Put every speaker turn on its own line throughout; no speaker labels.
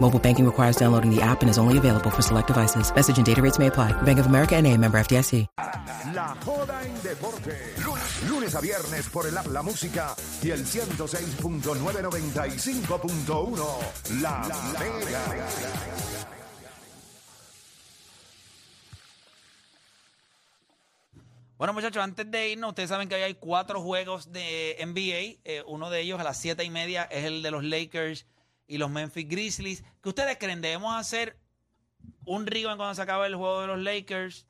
Mobile banking requires downloading the app and is only available for select devices. Message and data rates may apply. Bank of America and a member FDIC.
La joda en deporte. Lunes, lunes a viernes por el App La Música y el 106.995.1. La, Mega.
Bueno, muchachos, antes de irnos, ustedes saben que hoy hay cuatro juegos de NBA. Eh, uno de ellos a las siete y media es el de los Lakers y los Memphis Grizzlies. ¿Qué ustedes creen? ¿Debemos hacer un Ribbon cuando se acabe el juego de los Lakers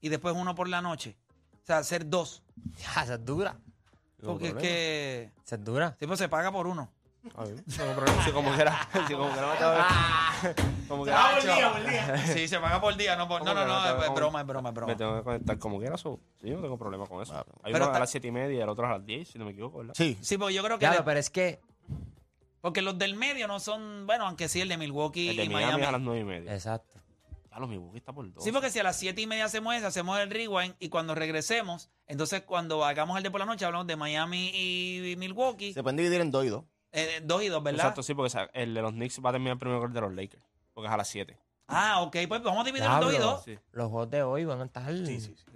y después uno por la noche? O sea, hacer dos.
Ya, esa es dura.
Porque es que
Esa es dura.
tipo se paga por uno.
Si como que era, si como que no me tengo que- como que era,
Sí, se paga por día, no por. No,
¿Cómo
no,
que no te
no, es
pagan?
broma, es broma, es
me
broma.
tengo que conectar como quiera, so, yo no tengo problema con eso. Hay
Pero
uno
ta-
a las 7 y media y el otro a las 10, si no me equivoco, ¿verdad?
Sí.
Sí, porque yo creo que.
Claro,
le-
pero es que.
porque los del medio no son. Bueno, aunque sí, el de Milwaukee
El de
y
Miami, es a
Miami.
las 9 y media.
Exacto.
Ya lo mismo, que está por dos.
Sí, porque si a las 7 y media hacemos eso, hacemos el rewind y cuando regresemos, entonces cuando hagamos el de por la noche hablamos de Miami y Milwaukee,
Se pueden dividir en dos y dos.
eh, dos y dos, ¿verdad?
Exacto, sí, porque o sea, el de los Knicks va a terminar primero que el de los Lakers, porque es a las 7.
Ah, ok, pues vamos a dividir en dos y
Diablo.
dos.
Sí.
Los juegos de hoy van a estar.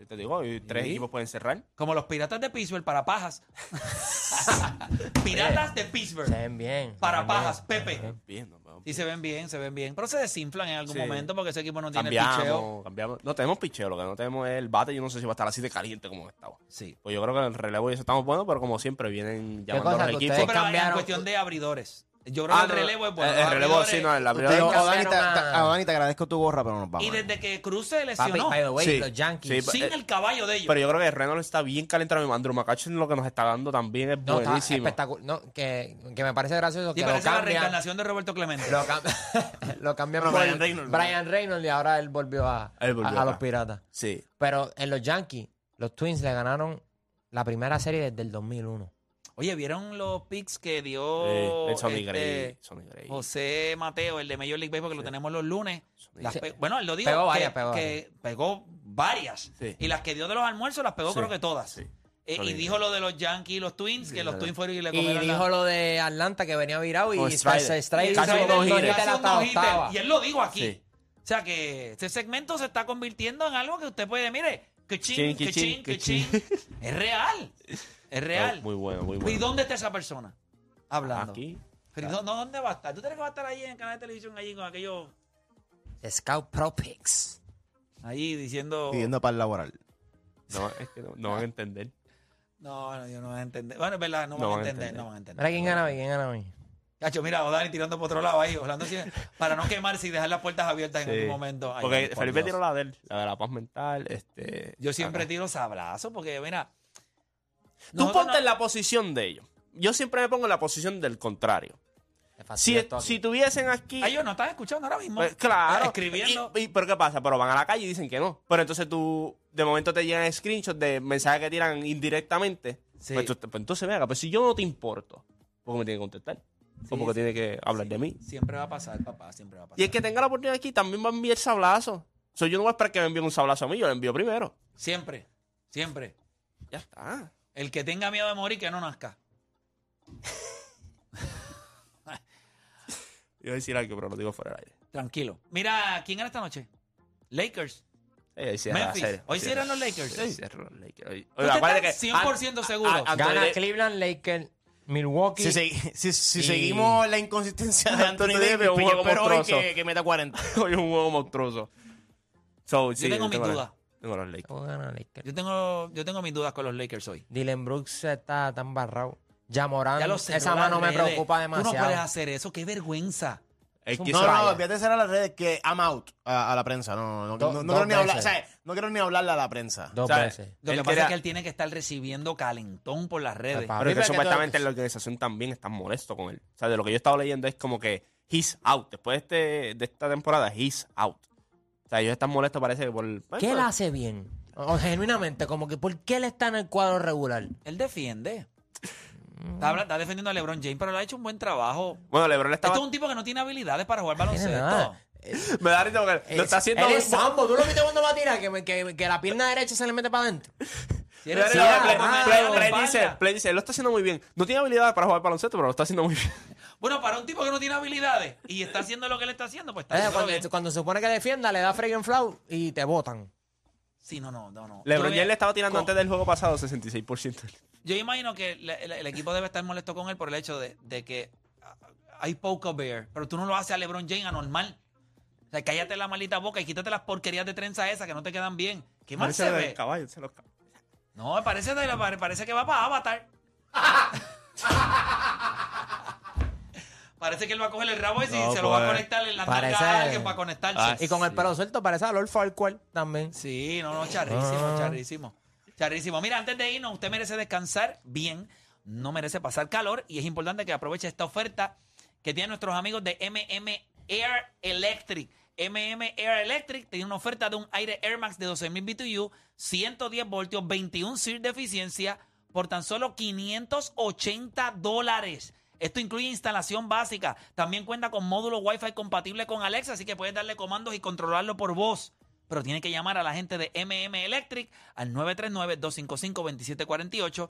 Te digo, y tres equipos pueden cerrar.
Como los piratas de Pittsburgh para pajas. piratas de Pittsburgh
Se ven bien.
para
se ven
pajas,
bien.
Pepe.
Bien, no, no.
Y se ven bien, se ven bien. Pero se desinflan en algún
Sí.
momento porque ese equipo no tiene picheo.
Cambiamos, cambiamos. No tenemos picheo, lo que no tenemos es el bate. Yo no sé si va a estar así de caliente como estaba.
Sí.
Pues yo creo que en el relevo y eso estamos buenos, pero como siempre vienen llamando
cosa
a
que
los
ustedes
equipos.
Sí, pero en
cambiaron-
cuestión de abridores. Yo creo
Eh, Ah,
que el
no,
relevo es bueno.
El,
Los
el relevo, sí,
abridores-
no, el
Ustedes-
abridor.
Ustedes-
a Dani, te,
cambiaron a-
te- a Dani te agradezco tu gorra, pero nos vamos.
Y desde que Cruz se
Papi,
lesionó,
by the way,
Sí.
los Yankees.
Sí,
sin
eh,
el caballo de ellos.
Pero yo creo que Reynolds está bien calentado mi mandro. Macachin lo que nos está dando también es
no, está
buenísimo.
espectacular. No, que, que me parece gracioso
Sí,
que lo
parece la
cambian.
reencarnación de Roberto Clemente.
Lo, cam- lo cambian
Bueno,
por
Brian Reynolds, ¿no?
Brian Reynolds y ahora él volvió a,
Él volvió
a- a los
acá.
piratas.
sí. eh,
Pero en los Yankees, los Twins le ganaron la primera serie desde el 2001.
Oye, ¿vieron los picks que dio
Eh, el Sonny
este,
Gray. Sonny Gray.
José Mateo, el de Major League Baseball, que lo tenemos los lunes? Las
Sí.
pe- bueno, él lo dijo.
Pegó
que-
varias, pegó
que pegó varias.
Sí.
Y las que dio de los almuerzos las pegó
Sí.
creo que todas.
Sí.
Eh,
Sonny
y
Gray.
dijo lo de los Yankees y los Twins, que los Twins fueron y le
Y
comieron la-
dijo lo de Atlanta que venía virado y
Con Strider.
se
Y
Oh, Strider
él
Casi
sabe-
un no hitter.
casi un
la
no-hitter.
octava.
Y él lo dijo aquí.
Sí.
O sea que este segmento se está convirtiendo en algo que usted puede, mire, que ching,
Chin,
que ching,
chin,
que
chin.
ching. Es real. Es real.
Muy bueno, muy
¿Y
bueno.
dónde está esa persona? Hablando.
Aquí.
Pero no, no, ¿dónde va a estar? ¿Tú crees que va a estar ahí en el canal de televisión, allí con aquellos,
Scout Pro Picks.
allí diciendo...
Pidiendo para el laboral.
No, es que no, no van a entender.
No, no, yo no voy a entender. Bueno, es verdad, no, van a entender, no van a entender.
Mira quién gana hoy, quién gana hoy.
Cacho, mira, Odani tirando por otro lado ahí, Orlando, sí, para no quemarse y dejar las puertas abiertas en
Sí.
algún momento. Ay,
Porque
Dios, por
Felipe
Dios.
tiró la de él, la de la paz mental. Este,
Yo siempre
acá.
tiro sablazo porque, mira...
Tú
nosotros
ponte
no-
en la posición de ellos. Yo siempre me pongo en la posición del contrario.
Te fastidio
Si,
esto aquí.
si tuviesen aquí.
Ah, Ellos no están escuchando ahora mismo.
Pues claro.
Escribiendo.
Y, y- pero ¿qué pasa? Pero van a la calle y dicen que no. Pero entonces tú, de momento te llegan screenshots de mensajes que tiran indirectamente.
Sí.
Pues, tú- pues entonces, venga, pues si yo no te importo, ¿por qué me tiene que contestar?
Sí,
¿O porque
sí.
tiene que hablar de mí?
Siempre va a pasar, papá, siempre va a pasar.
Y el que tenga la oportunidad aquí también va a enviar sablazo. So, yo no voy a esperar que me envíen un sablazo a mí, yo lo envío primero.
Siempre, siempre.
Ya está.
El que tenga miedo de morir, que no nazca.
Iba a decir algo, pero lo digo fuera del aire.
Tranquilo. Mira, ¿quién gana esta noche? Lakers.
Eh, hoy cierra la
Memphis.
serie.
Hoy cierran los Lakers. ¿eh?
Sí, cierran los Lakers. Hoy-
¿Tú estás
acuérdate que-
100% seguro?
a- Anthony
Gana
Davis-
Cleveland, Lakers, Milwaukee.
Si, segui- si- si
Y-
seguimos la inconsistencia de Anthony
Anthony
Davis,
Davis, un
pues yo
juego
espero hoy
monstruoso.
que, que meta 40.
Hoy es un juego monstruoso. So, sí,
tengo mis
la-
dudas.
Tengo los
Oh,
Lakers.
¿Cómo gana Lakers?
Yo tengo, yo tengo mis dudas con los Lakers hoy.
Dylan Brooks está tan barrado. Ya Morán,
Ya lo sé,
esa
no las
mano me
redes.
preocupa
Tú no puedes
demasiado.
hacer eso, qué vergüenza.
Es que
No,
se
no,
vaya.
olvídate de cerrar las redes que I'm out a, a la prensa. No, no, no,
Do-
no,
dos
quiero ni hablar, o
veces.
sea, no quiero ni hablarle a la prensa.
Dos
¿Sabe?
veces.
Lo
Él
que pasa
quería-
es que él tiene que estar recibiendo calentón por las redes.
Papá.
Pero es que
Mira que
supuestamente
todo-
en la organización también están molestos con él. O sea, de lo que yo he estado leyendo es como que he's out. Después de, este- de esta temporada, he's out. O sea, ellos están molestos, parece, por.
¿Qué
bueno,
él hace bien? O, o genuinamente, como que ¿por qué él está en el cuadro regular?
Él defiende. Está, habla- está defendiendo a LeBron James, pero él ha hecho un buen trabajo.
Bueno, LeBron
Esto
estaba.
es un tipo que no tiene habilidades para jugar
Tiene
baloncesto.
nada.
Me da risa porque lo está haciendo.
Él es sambo. ¿Tú lo viste cuando va a tirar? Que, me- que- que la pierna derecha se le mete para adentro.
Si
Me
eres
da risa
ciego,
porque Play-
pues,
ah,
métele
Play-
la
Play
espalda.
dice- Play dice, él lo está haciendo muy bien. No tiene habilidades para jugar baloncesto, pero lo está haciendo muy bien.
Bueno, para un tipo que no tiene habilidades y está haciendo lo que le está haciendo, pues está
Eh,
haciendo
cuando, cuando se supone que defienda, le da freaking flow y te botan.
Sí, no, no, no. no.
LeBron
Yo-
James le estaba tirando
con-
antes del juego pasado 66%.
Yo imagino que la- la- el equipo debe estar molesto con él por el hecho de, de que ah, hay poker bear, pero tú no lo haces a LeBron James anormal. O sea, cállate la maldita boca y quítate las porquerías de trenza esas que no te quedan bien. ¿Qué mal
Parece
se
lo del
ve?
caballo, se lo-
No, parece, de la- pare- parece que va para Avatar. parece que él va a coger el rabo ese y
No,
se lo va a
pues,
conectar en la
parece-
targa a alguien para conectarse.
Ah,
Y con el
Sí.
pelo suelto parece a Lord Farquhar también.
Sí, no, no, charrísimo,
Ah.
charrísimo. Charrísimo. Mira, antes de irnos, usted merece descansar bien, no merece pasar calor y es importante que aproveche esta oferta que tienen nuestros amigos de MM Air Electric. MM Air Electric tiene una oferta de un aire Air Max de 12.000 BTU, 110 voltios, 21 SIR de eficiencia por tan solo 580 dólares. Esto incluye instalación básica. También cuenta con módulo Wi-Fi compatible con Alexa, así que puedes darle comandos y controlarlo por voz. Pero tiene que llamar a la gente de MM Electric al 939-255-2748,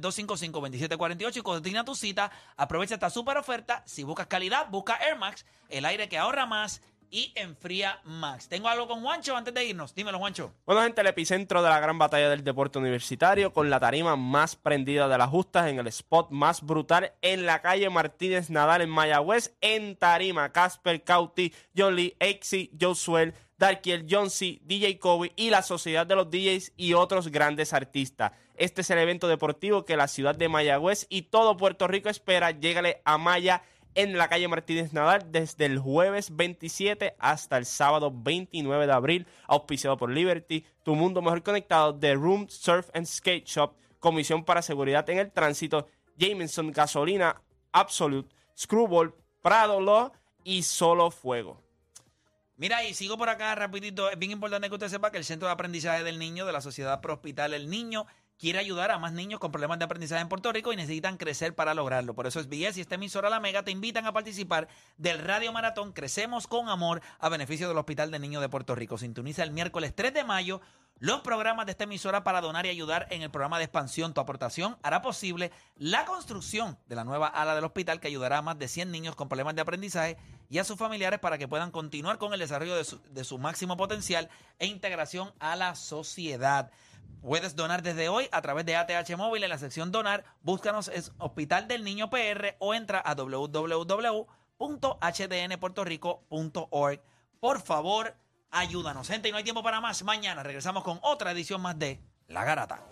939-255-2748 y coordina tu cita. Aprovecha esta super oferta. Si buscas calidad, busca Air Max, el aire que ahorra más y enfría más. Tengo algo con Juancho antes de irnos. Dímelo, Juancho.
Bueno, gente, el epicentro de la gran batalla del deporte universitario, con la tarima más prendida de las justas, en el spot más brutal, en la calle Martínez Nadal en Mayagüez, en tarima, Casper Cauti, John Lee, Exy, Josuel, Darkiel, John C., DJ Kobe y la Sociedad de los DJs y otros grandes artistas. Este es el evento deportivo que la ciudad de Mayagüez y todo Puerto Rico espera. Llégale a Maya en la calle Martínez Nadal desde el jueves 27 hasta el sábado 29 de abril, auspiciado por Liberty, Tu Mundo Mejor Conectado, The Room Surf and Skate Shop, Comisión para Seguridad en el Tránsito, Jameson Gasolina, Absolute, Screwball, Prado Law y Solo Fuego.
Mira, y sigo por acá rapidito. Es bien importante que usted sepa que el Centro de Aprendizaje del Niño de la Sociedad Prohospital El Niño quiere ayudar a más niños con problemas de aprendizaje en Puerto Rico y necesitan crecer para lograrlo. Por eso es BS y esta emisora La Mega te invitan a participar del Radio Maratón Crecemos con Amor a beneficio del Hospital de Niños de Puerto Rico. Sintoniza el miércoles 3 de mayo los programas de esta emisora para donar y ayudar en el programa de expansión. Tu aportación hará posible la construcción de la nueva ala del hospital que ayudará a más de 100 niños con problemas de aprendizaje y a sus familiares para que puedan continuar con el desarrollo de su, de su máximo potencial e integración a la sociedad. Puedes donar desde hoy a través de ATH Móvil en la sección Donar. Búscanos en Hospital del Niño PR o entra a www.hdnpuertorico.org. Por favor, ayúdanos. Gente, y no hay tiempo para más. Mañana regresamos con otra edición más de La Garata.